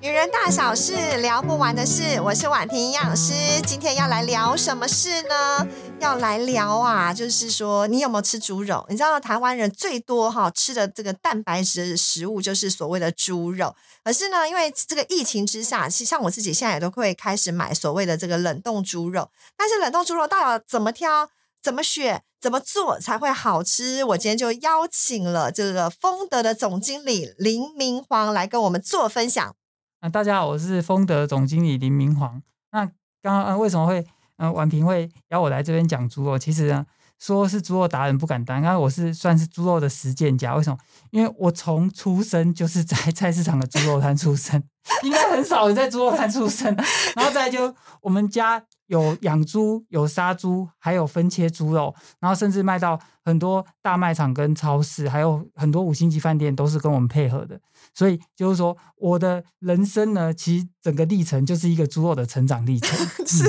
女人大小事聊不完的事，我是婉婷营养师。今天要来聊什么事呢？要来聊啊，就是说你有没有吃猪肉？你知道台湾人最多哈、吃的这个蛋白质的食物就是所谓的猪肉。可是呢，因为这个疫情之下，其实像我自己现在也都会开始买所谓的这个冷冻猪肉。但是冷冻猪肉到底怎么挑、怎么选、怎么做才会好吃？我今天就邀请了这个丰德的总经理林明煌来跟我们做分享。啊，大家好，我是丰德总经理林明煌。那刚刚、呃为什么会嗯、呃婉平会邀我来这边讲猪肉？其实呢，说是猪肉达人不敢当，因为我是算是猪肉的实践家。为什么？因为我从出生就是在菜市场的猪肉摊出生，应该很少人在猪肉摊出生。然后再来就我们家有养猪、有杀猪，还有分切猪肉，然后甚至卖到很多大卖场跟超市，还有很多五星级饭店都是跟我们配合的。所以就是说，我的人生呢，其实整个历程就是一个猪肉的成长历程。是，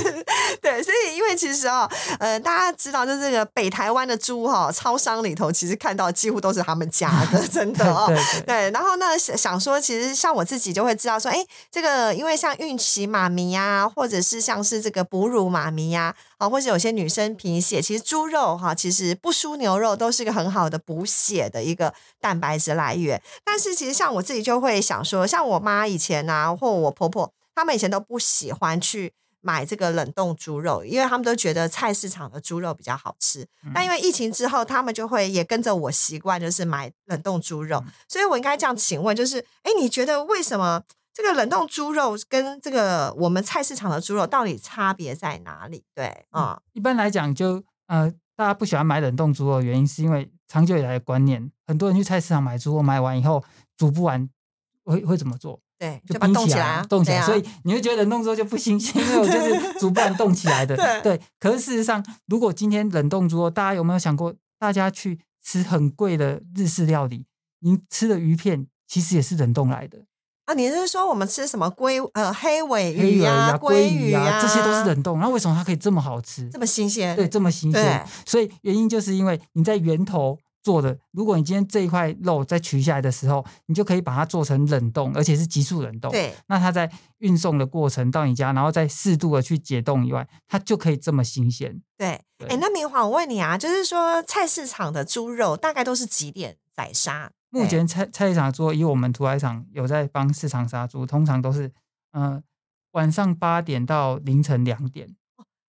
对，所以因为其实哦，呃，大家知道，就是这个北台湾的猪哈、超商里头其实看到几乎都是他们家的，真 的哦。对对对对，然后呢，想想说，其实像我自己就会知道说，哎，这个因为像孕期妈咪呀、或者是像是这个哺乳妈咪呀、啊，或者有些女生贫血，其实猪肉哈、其实不输牛肉，都是一个很好的补血的一个蛋白质来源。但是其实像我自己就会想说，像我妈以前啊，或我婆婆，她们以前都不喜欢去。买这个冷冻猪肉，因为他们都觉得菜市场的猪肉比较好吃。但因为疫情之后，他们就会也跟着我习惯，就是买冷冻猪肉。所以我应该这样请问，就是，哎，你觉得为什么这个冷冻猪肉跟这个我们菜市场的猪肉到底差别在哪里？对，啊、一般来讲就，呃，大家不喜欢买冷冻猪肉，的原因是因为长久以来的观念，很多人去菜市场买猪肉，买完以后煮不完，会会怎么做？对，就就把它冰冻起起来来啊，啊，冻起来，对啊所以你会觉得冷冻之后就不新鲜，因为我就是煮不完冻起来的。 对对，可是事实上，如果今天冷冻猪肉，大家有没有想过，大家去吃很贵的日式料理，你吃的鱼片其实也是冷冻来的，啊，你是说我们吃什么龟呃黑尾黑鱼鱼呀、啊、鲑鲑鱼鱼啊，这些都是人冷冻。那为什么它可以这么好吃这？么新鲜？对，这么新鲜对。所以原因就是因为你在源头做的，如果你今天这一块肉在取下来的时候，你就可以把它做成冷冻，而且是急速冷冻。对那它在运送的过程到你家，然后再适度的去解冻以外，它就可以这么新鲜。对，对哎，那明华，我问你啊，就是说菜市场的猪肉大概都是几点宰杀？目对前菜菜市场做，以我们屠宰场有在帮市场杀猪，通常都是嗯、呃晚上八点到凌晨两点，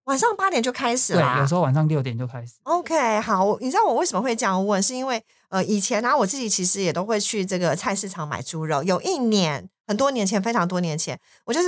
晚上八点就开始对，啦。有时候晚上六点就开始。 OK，好，我你知道我为什么会这样问，是因为呃，以前呢、我自己其实也都会去这个菜市场买猪肉。有一年，很多年前，非常多年前，我就是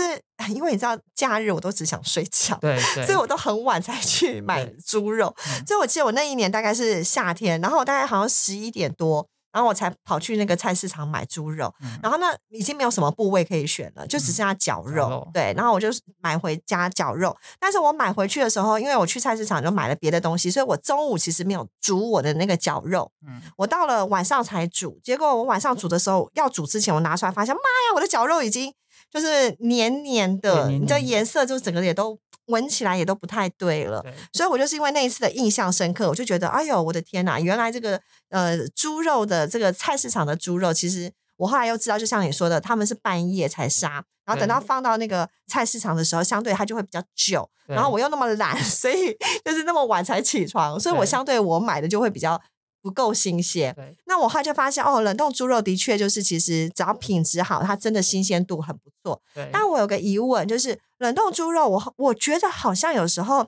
因为你知道假日我都只想睡觉，对对，所以我都很晚才去买对猪肉。嗯所以我记得我那一年大概是夏天，然后我大概好像十一点多，然后我才跑去那个菜市场买猪肉。嗯然后呢，已经没有什么部位可以选了，就只剩下绞肉。绞肉对，然后我就买回家绞肉。但是我买回去的时候，因为我去菜市场就买了别的东西，所以我中午其实没有煮我的那个绞肉，嗯，我到了晚上才煮。结果我晚上煮的时候，要煮之前我拿出来发现，妈呀，我的绞肉已经就是黏黏对的，黏你这黏的颜色就整个也都闻起来也都不太对了。对。所以我就是因为那一次的印象深刻，我就觉得，哎呦，我的天呐，原来这个呃猪肉的这个菜市场的猪肉，其实我后来又知道，就像你说的，他们是半夜才杀，然后等到对放到那个菜市场的时候，相对它就会比较久。对然后我又那么懒， 所以就是那么晚才起床，所以我对相对我买的就会比较不够新鲜。对那我后来就发现，哦，冷冻猪肉的确就是，其实只要品质好，它真的新鲜度很不错。对，但我有个疑问，就是冷冻猪肉我，我觉得好像有时候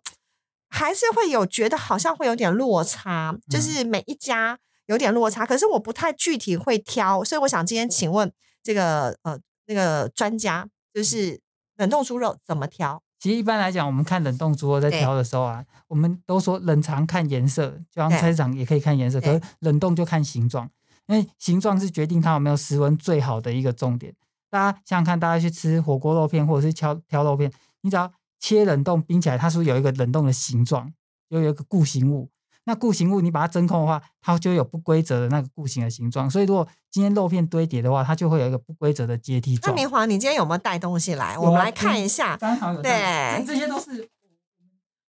还是会有觉得好像会有点落差，嗯就是每一家有点落差，可是我不太具体会挑，所以我想今天请问这个呃那个专家，嗯就是冷冻猪肉怎么挑？其实一般来讲，我们看冷冻猪肉在对挑的时候啊，我们都说冷藏看颜色，就像对菜市场也可以看颜色，可对是冷冻就看形状，因为形状是决定它有没有室温最好的一个重点。大家想想看，大家去吃火锅肉片或者是挑挑肉片，你只要切冷冻冰起来，它是不是有一个冷冻的形状，又有一个固形物？那固形物你把它真空的话，它就有不规则的那个固形的形状。所以如果今天肉片堆叠的话，它就会有一个不规则的阶梯那状。明华，你今天有没有带东西来？有我们啊来看一下。刚好有对带这这些都是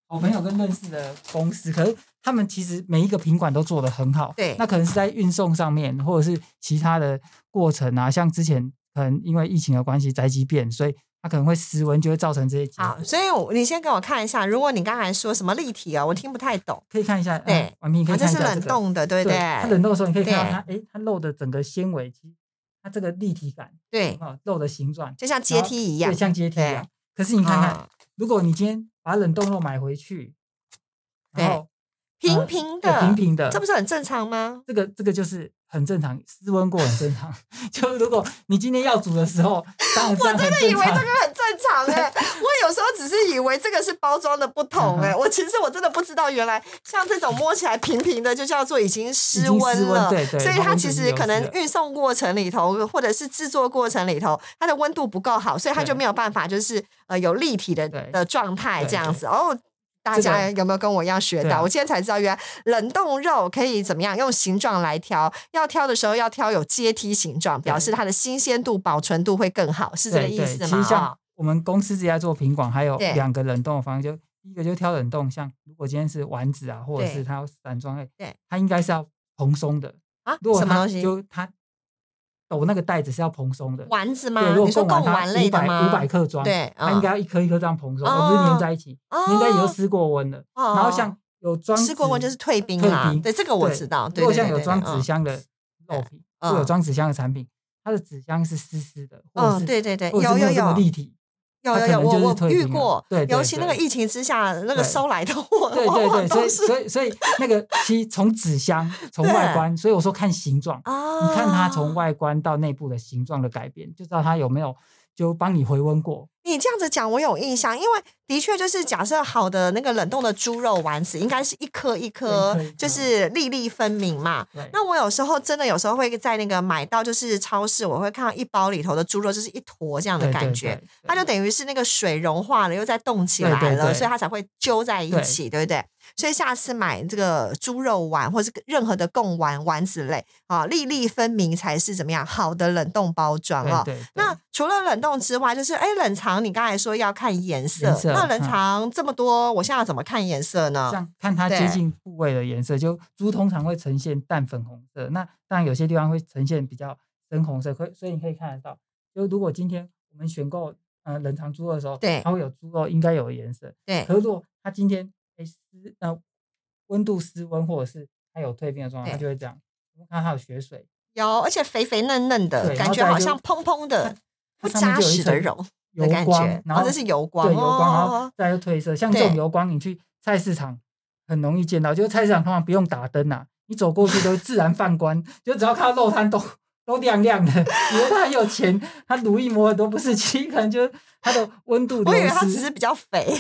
好朋友跟认识的公司，可是他们其实每一个品管都做得很好。对那可能是在运送上面，或者是其他的过程啊，像之前可可能因为疫情的关系，宅急便，所以它可能会失温，就会造成这些结果好，。所以我你先给我看一下，如果你刚才说什么立体啊，我听不太懂。可以看一下，对嗯，婉萍，你可啊，以这看一是下冷这个冻的，对不对，它冷冻的时候，你可以看到它，哎，它肉的整个纤维，其实它这个立体感，对，啊，肉的形状，就像阶梯一样哦啊对，。像阶梯一样。可是你你看看，如果你今天把冷冻肉买回去，然对平后呃平对的，平平的，这不是很正常吗？这个这个就是很正常，室温过很正常。 就如果你今天要煮的时候，当然这样很真的以正为这常个。很正常哎、 我有时候只是以为这个是包装的不同哎、嗯我其实我真的不知道，原来像这种摸起来平平的，就叫做已经已失经温温了。对对，所以它温其度已经实流可失能了运送过程里头，或者是制作过程里头，它的温度不够好，所以它就对没有办法就是呃有立体的对的状态对这样对子。哦，大这个家有没有跟我一样学对到？啊我今天才知道，原来冷冻肉可以怎么样用形状来挑，要挑的时候要挑有阶梯形状，表示它的新鲜度、保存度会更好，是这个对意对，思其吗？实啊像我们公司自己在做品管，还有对两个冷冻的方向，就第一个就挑冷冻，像如果今天是丸子啊，或者对是它有散装类，对，它应该是要蓬松的。啊，如果什么它东西？就它抖那个袋子是要蓬松的，丸子吗对，？如你说果贡贡丸丸类五的百吗？五百克装，对，它应嗯该要一颗一颗这样蓬松，而不是粘在一起。粘在一起就哦失过温了。然后像有装吃过温纸就是退冰退啦冰，对，这个我知道。对，如果对像对有对装嗯纸箱的肉品，或有嗯装纸箱的产品，它的纸箱是湿湿的，或者嗯，是对对对，或有者是没有有这么有立体，有有它可有，能就是我我退遇冰了过，对对尤其那个对疫情之下，那个对收来的货，对往对往对，都所以是所以所以那个其实从纸箱从外对观，所以我说看形状，啊，你看它从，外观到内部的形状的改变，就知道它有没有就帮你回温过。你这样子讲，我有印象，因为的确就是假设好的那个冷冻的猪肉丸子，应该是一颗一颗对一颗一，颗就是粒粒分明嘛。对，那我有时候真的有时候会在那个买到就是超市，我会看到一包里头的猪肉就是一坨这样的对感对觉，对它就等于是那个水融化了，又再冻起来对了，对对所以它才会揪在一起，对不对？所以下次买这个猪肉丸或是任何的贡丸丸子类啊，粒粒分明才是怎么样好的冷冻包装对哦。对对那除了冷冻之外，就是哎，冷藏你刚才说要看颜色，颜色那冷嗯藏这么多，我现在要怎么看颜色呢？像看它对接近部位的颜色，就猪通常会呈现淡粉红色，那当然有些地方会呈现比较深红色，可所以你可以看得到，就如果今天我们选购呃冷藏猪肉的时候，对它会有猪肉应该有的颜色，对可是如果它今天哎湿呃温度失温或者是它有蜕变的状况，它对就会这样，我们看它有血水，有，而且肥肥嫩嫩的对感觉，然后再来好就像蓬蓬的不它，它上扎面就有一实的层肉的油感光觉，，然哦后这是油光，对油光，然哦后再就褪色。像这对种油光，你去菜市场很容易见到，就是菜市场通常不用打灯啊，你走过去都自然放光，就只要看到肉摊都都亮亮的，以为他很有钱，他如意摸的都不是，其实可能就是它的温度我以为流它只失，是比较肥，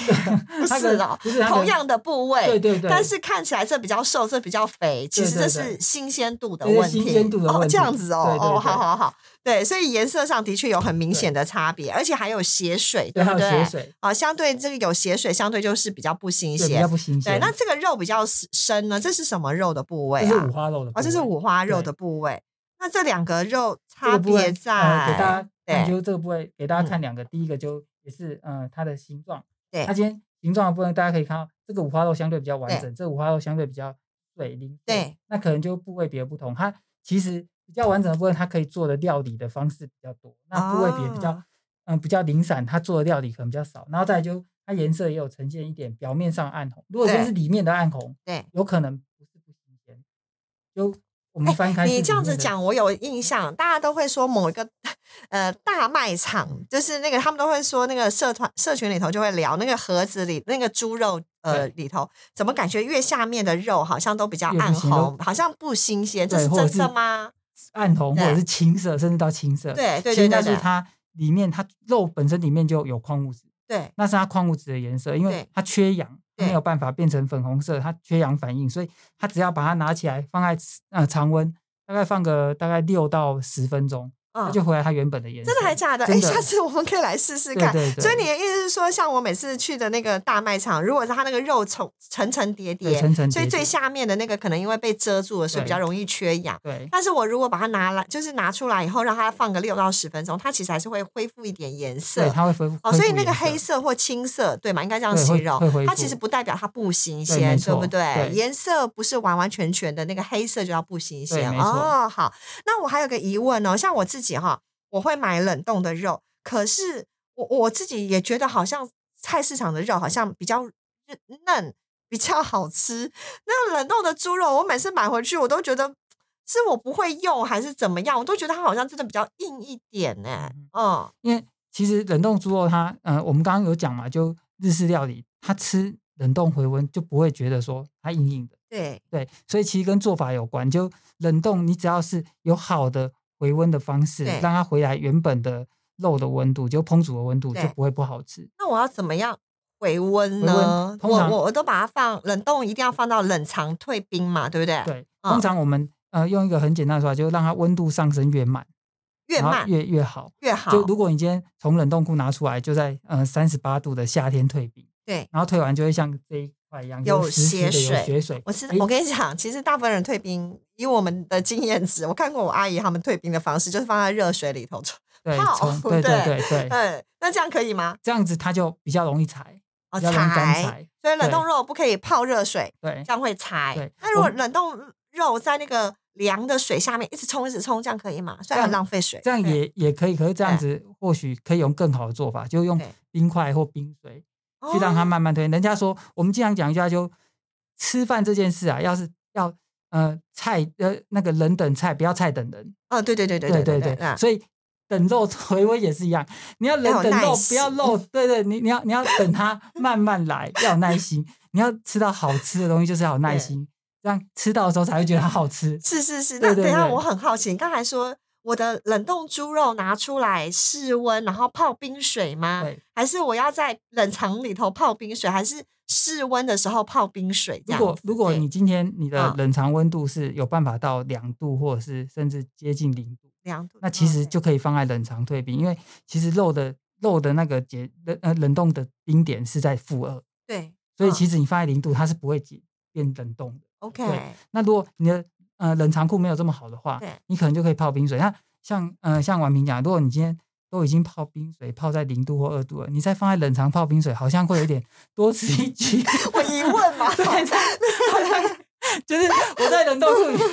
不 它是可能哦，不是它可同能样的部位，对对对，但是看起来这比较瘦，这比较肥，其实这对对是新鲜度的这是问题。新鲜度的哦，问这题样子哦，对对哦，对好好好，对，所以颜色上的确有很明显的差别，而且还有血水，对不它有对血？水，哦，相对这个有血水，相对就是比较不新对比较鲜。不新对，鲜。那这个肉比较深呢，这是什么肉的部位这是五啊？花肉的部位，哦，这是五花肉对的部位。那这两个肉这差个部别位呃给大在家看，对就是这个部位给大嗯家看两个，第一个就也是呃它的形状，对它今天形状的部分大家可以看到，这个五花肉相对比较完对整，这个五花肉相对比较水灵，对，那可能就部位别不同，它其实比较完整的部分，它可以做的料理的方式比较多，那部位别比较哦嗯、比较零散，它做的料理可能比较少，然后再来就它颜色也有呈现一点表面上的暗红，如果对这是里面的暗红，对。有可能不是不新鲜，就我们翻开、哎你这样子。讲，我有印象，大家都会说某一个呃大卖场，就是那个他们都会说那个社团社群里头就会聊那个盒子里那个猪肉呃对里头，怎么感觉越下面的肉好像都比较越不暗新鲜红，好像不新鲜，这对是或者真的是吗？暗红或对者是青色，甚至到青色。对对对其实对那对是它里面它肉本身里面就有矿物质，对那是它矿物质的颜色，因对为它缺氧，它对没有办法变成粉红色，它缺氧反应，所以它只要把它拿起来放在呃常温，大概放个大概六到十分钟，它嗯，就回来它原本的颜色。真的还假的？哎，真的下次我们可以来试试对看。对对，所以你的意思是说，像我每次去的那个大卖场，如果是它那个肉层层层叠对叠，层层所以叠最叠下面的那个可能因为被遮住了，所以比对较容易缺氧。对但是我如果把它拿来，就是拿出来以后，让它放个六到十分钟，它其实还是会恢复一点颜对，色。它会恢复。哦，恢所以复那个颜色黑色或青色，对吗？应该这样对会形容会恢。它其实复不代表它不新对鲜，没对不错对？对颜色不是完完全全的那个黑色就叫不新对鲜没错哦。好，那我还有个疑问哦，像我自己哈、我会买冷冻的肉，可是我我自己也觉得好像菜市场的肉好像比较嫩，比较好吃。那冷冻的猪肉，我每次买回去我都觉得是我不会用还是怎么样，我都觉得它好像真的比较硬一点呢、嗯，因为其实冷冻猪肉它，呃，我们刚刚有讲嘛，就日式料理，它吃冷冻回温就不会觉得说它硬硬的，对，对，所以其实跟做法有关。就冷冻，你只要是有好的回温的方式，对让它回来原本的肉的温度，就烹煮的温度，对就不会不好吃。那我要怎么样回温回温呢？通常我我我都把它放冷冻，一定要放到冷藏退冰嘛，对不对？，对，嗯通常我们呃用一个很简单的说法，就让它温度上升越慢，越然后慢越越好。越好。就如果你今天从冷冻库拿出来，就在呃三十八度的夏天退冰，对，然后退完就会像这一块一样，有就是湿湿的血有血水。我知道诶，我跟你讲，其实大部分人退冰，以我们的经验值，我看过我阿姨他们退冰的方式，就是放在热水里头冲。对，泡从对对对对对，嗯，那这样可以吗？这样子它就比较容易柴，哦，比较容易干柴。柴。所以冷冻对肉不可以泡热水，对这，样会柴对。那如果我们冷冻肉在那个凉的水下面一直冲一直冲，这样可以吗？虽然很这样浪费水，这样对嗯也也可以，可是这样子或许可以用更好的做法，就用对冰块或冰水去让它哦慢慢推。人家说，我们经常讲一句话，就吃饭这件事啊，要是要呃菜呃那个人等菜，不要菜等人。哦，对对对对对对对对，那所以等肉 回温也是一样，你要要人有等耐肉，不心要肉，对对，你你要你要等它慢慢 来，要有耐心。你要吃到好吃的东西，就是要有耐对心，这样吃到的时候才会觉得它好吃。是是是。对那对等一下，对我很好奇，你刚才说我的冷冻猪肉拿出来室温，然后泡冰水吗？对，还是我要在冷藏里头泡冰水，还是室温的时候泡冰水这如样子？果如果对你今天你的嗯冷藏温度是有办法到两度，或者是甚至接近零度，两度，那其实嗯就可以放在冷藏退冰，因为其实肉的肉的那个结冷呃冷冻的冰点是在负二，对，所以嗯其实你放在零度它是不会结变冷冻的。 OK 那如果你的呃冷藏库没有这么好的话对，你可能就可以泡冰水。那像呃像婉平讲，如果你今天都已经泡冰水，泡在零度或二度了，你再放在冷藏泡冰水，好像会有点多此一举。 我疑问嘛， 对，在就是我在冷冻库里面，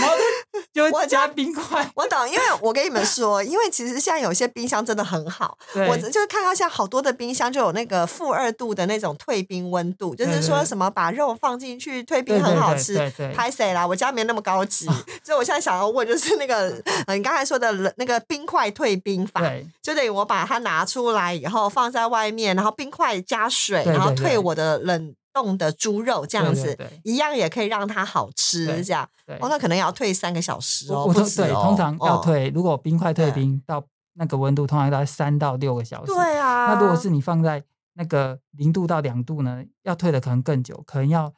然后就就我会加冰块。 我懂，因为我跟你们说，因为其实现在有些冰箱真的很好，对，我就是看到现在好多的冰箱就有那个负二度的那种退冰温度，就对是对说对什么把肉放进去退对冰很好吃。对对对拍谁啦？我家没那么高级，哦所以我现在想要问，就是那个呃，你刚才说的冷那个冰块退冰法，对就等于我把它拿出来以后放在外面，然后冰块加水，对然后对对退我的冷冻的猪肉这样对子对对，一样也可以让它好吃对这样。对哦，那可能也要退三个小时哦，我我不通止对哦通常要哦退，如果冰块退对冰到那个温度，通常大概三到六个小时。对啊。那如果是你放在那个零度到两度呢，要退的可能更久，可能要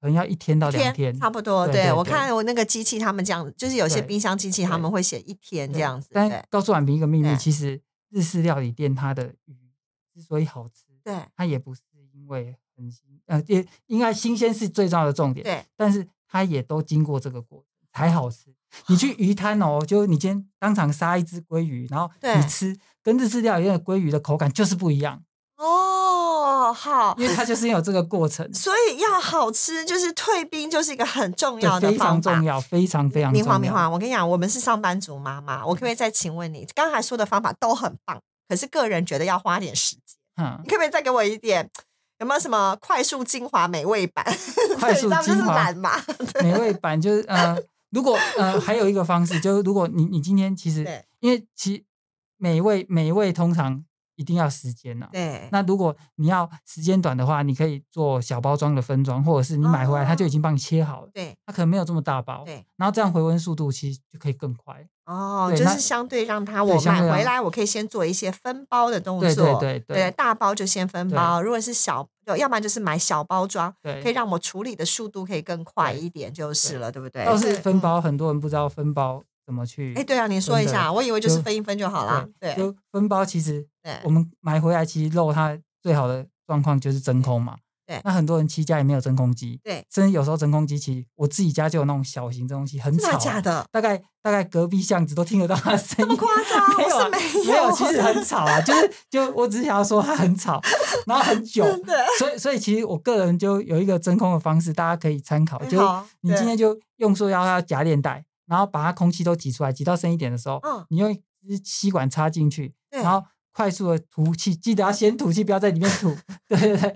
可能要一天到两天，差不多，对对对我对看我那个机器他们这样，就是有些对冰箱机器对他们会写一天这对样子，对但告诉婉平一个秘密对，其实日式料理店它的鱼之所以好吃，对它也不是因为很新，呃，也应该新鲜是最重要的重点，对，哦但是它也都经过这个过程才好吃。你去鱼摊哦，就你今天当场杀一只鲑鱼，然后对你吃，跟日式料理店的鲑鱼的口感就是不一样，哦，好，因为它就是因为有这个过程。所以要好吃，就是退冰就是一个很重对要的非常方法重。要，非常非常重明要。华，明华，我跟你讲，我们是上班族妈妈，我可不可以再请问你，刚才说的方法都很棒，可是个人觉得要花点时间，嗯你，可不可以再给我一点？有没有什么快速精华美味版？快对你速知道就是精华懒嘛，美味版就是呃， 如果呃还有一个方式，就是如果你你今天其实对因为其美味美味通常一定要时间呐、对，那如果你要时间短的话，你可以做小包装的分装，或者是你买回来它就已经帮你切好了，对它可能没有这么大包，哦对，然后这样回温速度其实就可以更快，哦，对就那是相对让它对我相买对回让来，我可以先做一些分包的动对作，对对对大包就先分包，如果是小，要不然就是买小包装，对可以让我处理的速度可以更快对一点就是了，对不对？倒是对分。包，很多人不知道分包怎么去嗯哎，诶，对啊，你说一真的下，我以为就是就分一分就好啦。对对就分包其实对我们买回来其实肉它最好的状况就是真空嘛。对那很多人其实家里没有真空机，对，甚至有时候真空机其实我自己家就有那种小型真空机，很真吵的啊，假 的？大概大概隔壁巷子都听得到它的声音。这 么夸张，没有啊我是没有有，的，其实很吵啊，就是就我只是想要说它 很吵，然后很久，真的所以所以其实我个人就有一个真空的方式，大家可以参考，很就嗯好是你对今天就用塑料要夹链带，然后把它空气都挤出来，挤到深一点的时候，嗯你用直就是吸管插进去，对然后快速的吐气，记得要先吐气，不要在里面吐。 对对对，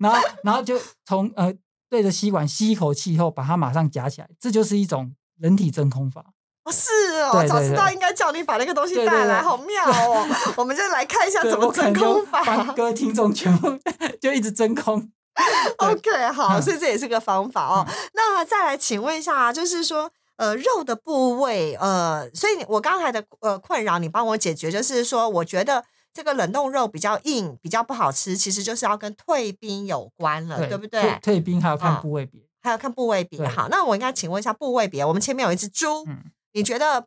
然后然后就从呃对着吸管吸一口气以后，把它马上夹起来，这就是一种人体真空法。哦是哦，对对早知道对应该叫你把那个东西对对带来，对好妙 哦！我们就来看一下对怎我么可真能就空法帮。各位听众全部 就一直真空。 OK，好，哦嗯所以这也是个方法哦。那再来请问一下啊，就是说，呃，肉的部位，呃，所以我刚才的呃困扰，你帮我解决，就是说，我觉得这个冷冻肉比较硬，比较不好吃，其实就是要跟退冰有关呃了，对不对？退退冰还要看嗯部位别。还要看部位比。对好，那我应该请问一下部位比，我们前面有一只猪，嗯你觉得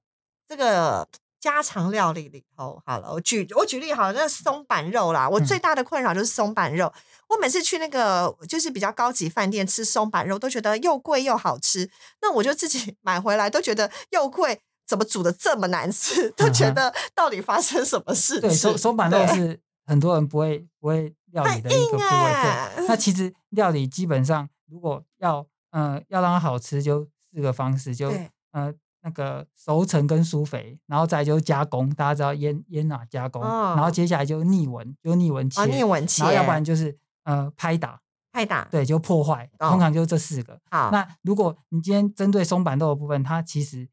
这个家常料理里头，好了，我举我举例好了，那松板肉啦，我嗯最大的困扰就是松板肉。我每次去那个就是比较高级饭店吃松板肉，都觉得又贵又好吃，那我就自己 买回来都觉得又贵。怎么煮的这么难吃？都觉得到底发生什么事情？嗯对，手手板肉是很多人不会不会料理的一很 硬个部位。欸对，那其实料理基本上如果要呃要让它好吃，就四个方式，就对呃那个熟成跟疏肥，然后再就是加工，大家知道腌腌啊加工，嗯然后接下来就逆纹，就逆纹切，啊，逆文切，然后要不然就是呃拍打，太大，对，就破坏，哦啊通常就是这四个。好，那如果你今天针对松板豆的部分，它其实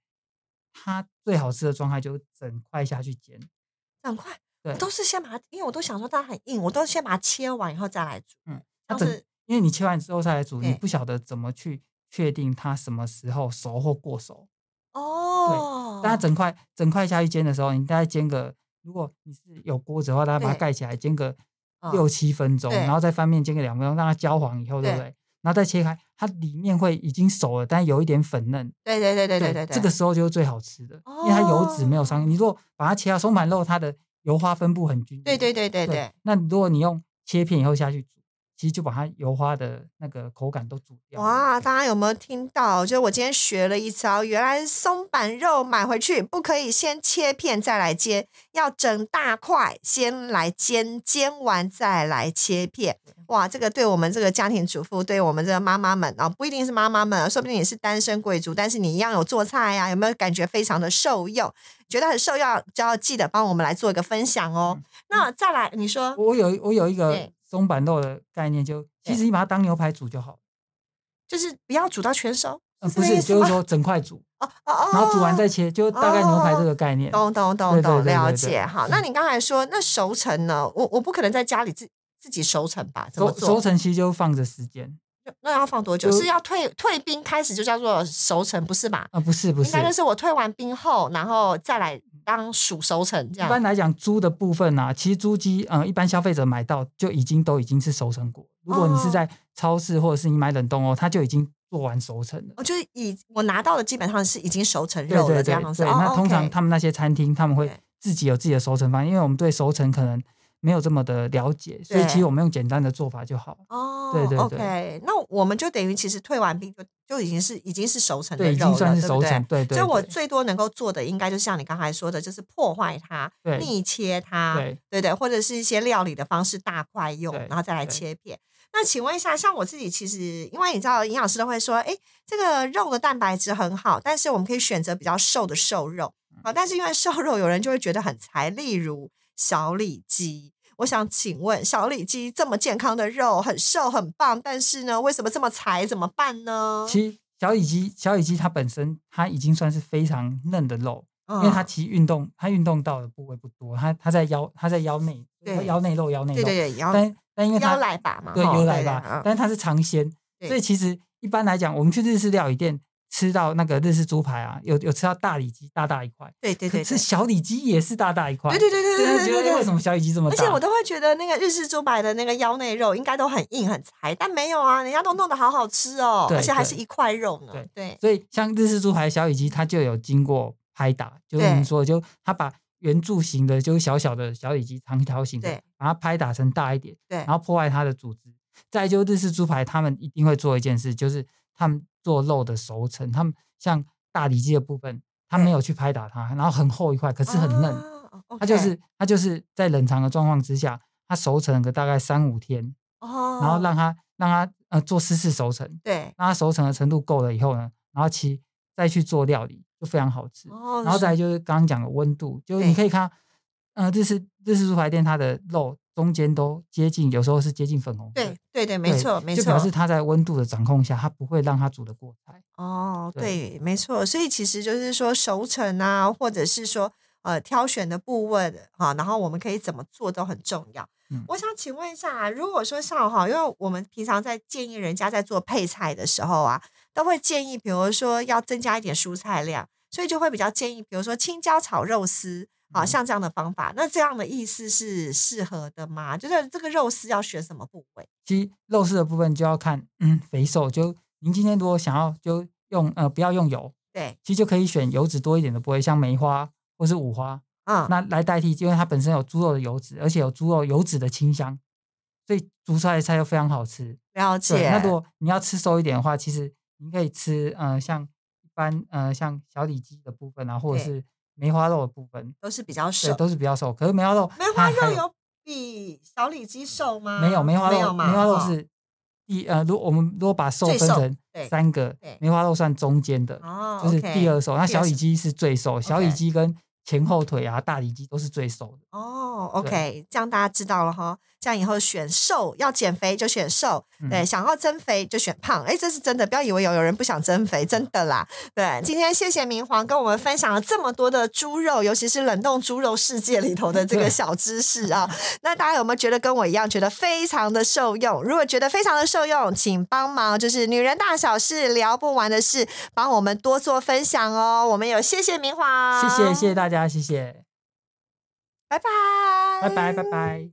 它最好吃的状态就是整块下去煎，很快，我对都是先把它，因为我都想说它很硬，我都先把它切完以后再来煮。嗯，但它是整因为你切完之后再来煮，你对不晓得怎么去确定它什么时候熟或过熟。哦，但它整块整块下去煎的时候，你大概煎个，如果你是有锅子的话，大概把它对盖起来煎个嗯六七分钟，对然后再翻面煎个两分钟，让它焦黄以后，对不对对？然后再切开，它里面会已经熟了，但有一点粉嫩。对对对对对对对，哦这个时候就是最好吃的，因为它油脂没有伤。你如果把它切到松板肉，它的油花分布很均匀。对对对对对，那如果你用切片以后下去煮，其实就把它油花的那个口感都煮掉了。哇，大家有没有听到？就是我今天学了一招，原来松板肉买回去不可以先切片再来煎，要整大块先来煎，煎完再来切片。哇，这个对我们这个家庭主妇，对我们这个妈妈们啊、不一定是妈妈们，说不定你是单身贵族，但是你一样有做菜呀、有没有感觉非常的受用？觉得很受用，就要记得帮我们来做一个分享哦。那再来，你说嗯我有我有一个对松板肉的概念就，对其实你把它当牛排煮就好了。就是不要煮到全熟，呃，是这不个意是，思就是吗说整块 煮，哦哦哦，然后煮完再切，就大概牛排这个概念。懂懂懂对对懂，对对了对嗯解。好，那你刚才说那熟成呢？我我不可能在家里自自己熟成吧？怎么熟熟做？成期就放着时间那要放多久？就是要退退冰开始就叫做熟成，不是吧？啊、不是不应是，该就是我退完冰后，然后再来当熟熟成这一般样。来讲，猪的部分啊，其实猪鸡，嗯、一般消费者买到就已经都已经是熟成果。如果你哦是在超市或者是你买冷冻哦，它就已经做完熟成了。哦，就是以我拿到的基本上是已经熟成对肉对了这对样子。对，哦那通常 OK 他们那些餐厅他们会对自己有自己的熟成方案，因为我们对熟成可能没有这么的了解，所以对其实我们用简单的做法就好了。哦，对对对 OK，那我们就等于其实退完冰就就已经是已经是熟成的对，已肉经了，算是对不熟对成。？对对所以我对最多能够做的，应该就像你刚才说的，就是破坏它、对逆切它，对对对，或者是一些料理的方式大块用，对然后再来对切片。那请问一下，像我自己其实，因为你知道营养师都会说，哎，这个肉的蛋白质很好，但是我们可以选择比较瘦的瘦肉啊。但是因为瘦肉，有人就会觉得很柴，例如小里脊。我想请问，小里脊这么健康的肉，很瘦很棒，但是呢，为什么这么柴？怎么办呢？其实小里脊小里脊它本身它已经算是非常嫩的肉，因因为它其实运动，它运动到的部位不多，它它在腰，它在腰内，对腰内肉，腰内对肉。对对，腰但但因为它腰来吧嘛，对吼腰来对吧，嗯但是它是尝鲜，对所以其实一般来讲，我们去日式料理店吃到那个日式猪排啊，有有吃到大里脊大大一块，对对对对可吃小里脊也是大大一块。对对对对对就对觉对得为什么小里脊这么而大？且我都会觉得那个日式猪排的那个腰内肉应该都很硬很柴，但没有啊，人家都弄得好好吃哦，对而且还是对一块肉呢对。对所以像日式猪排小里脊，它就有经过拍打，就是我对们说的，就它把圆柱形的，就是小小的小里脊长条形对的，把它拍打成大一点，对然后破坏它的组织。再就日式猪排，他们一定会做一件事，就是他们做肉的熟成，他们像大里脊的部分，他对没有去拍打它，然后很厚一块，可是很嫩，啊它就 OK 是它就是在冷藏的状况之下，它熟成个大概三五天，哦，然后让它让它呃做湿式熟成，对那它熟成的程度够了以后呢，然后其再去做料理，就非常好吃。哦，然后再来就是刚刚讲的温度，就是你对可以看到，呃，日式日式猪排店它的肉中间都接近，有时候是接近粉红色，对对对，没对错没就表错示，它在温度的掌控下，它不会让它煮的过柴。哦，对对，没错，所以其实就是说熟成啊，或者是说呃挑选的部位哈，然后我们可以怎么做都很重要。嗯我想请问一下啊，如果说像哈，因为我们平常在建议人家在做配菜的时候啊，都会建议，比如说要增加一点蔬菜量，所以就会比较建议，比如说青椒炒肉丝。好嗯像这样的方法，那这样的意思是适合的吗？就是这个肉丝要选什么部位？其实肉丝的部分就要看，嗯，肥瘦。就您今天如果想要就用呃不要用油，对，其实就可以选油脂多一点的部位，像梅花或是五花，嗯，那来代替，因为它本身有猪肉的油脂，而且有猪肉油脂的清香，所以煮出来的菜又非常好吃。了对，解。那如果你要吃瘦一点的话，其实你可以吃呃像一般呃像小里脊的部分啊，或者对是梅花肉的部分，都是比较对，瘦，都是比较瘦。可是梅花肉梅它花肉还有比小里脊瘦吗？没有梅花没肉，有嘛梅花肉哦是第呃，如果我们如果把瘦最分瘦成对三个对，梅花肉算中间的，哦，就是第二 OK 瘦。那第二小里瘦脊是最瘦，小里 OK 脊跟前后腿啊、大里脊都是最瘦的。哦，OK，这样大家知道了哈。这样以后选瘦要减肥就选瘦，嗯对，想要增肥就选胖。哎，这是真的，不要以为有有人不想增肥，真的啦。对，今天谢谢明皇跟我们分享了这么多的猪肉，尤其是冷冻猪肉世界里头的这个对小知识啊。那大家有没有觉得跟我一样，觉得非常的受用？如果觉得非常的受用，请帮忙，就是女人大小事聊不完的事，帮我们多做分享哦。我们有谢谢明皇，谢谢，谢谢，大家，谢谢，拜拜，拜拜，拜拜。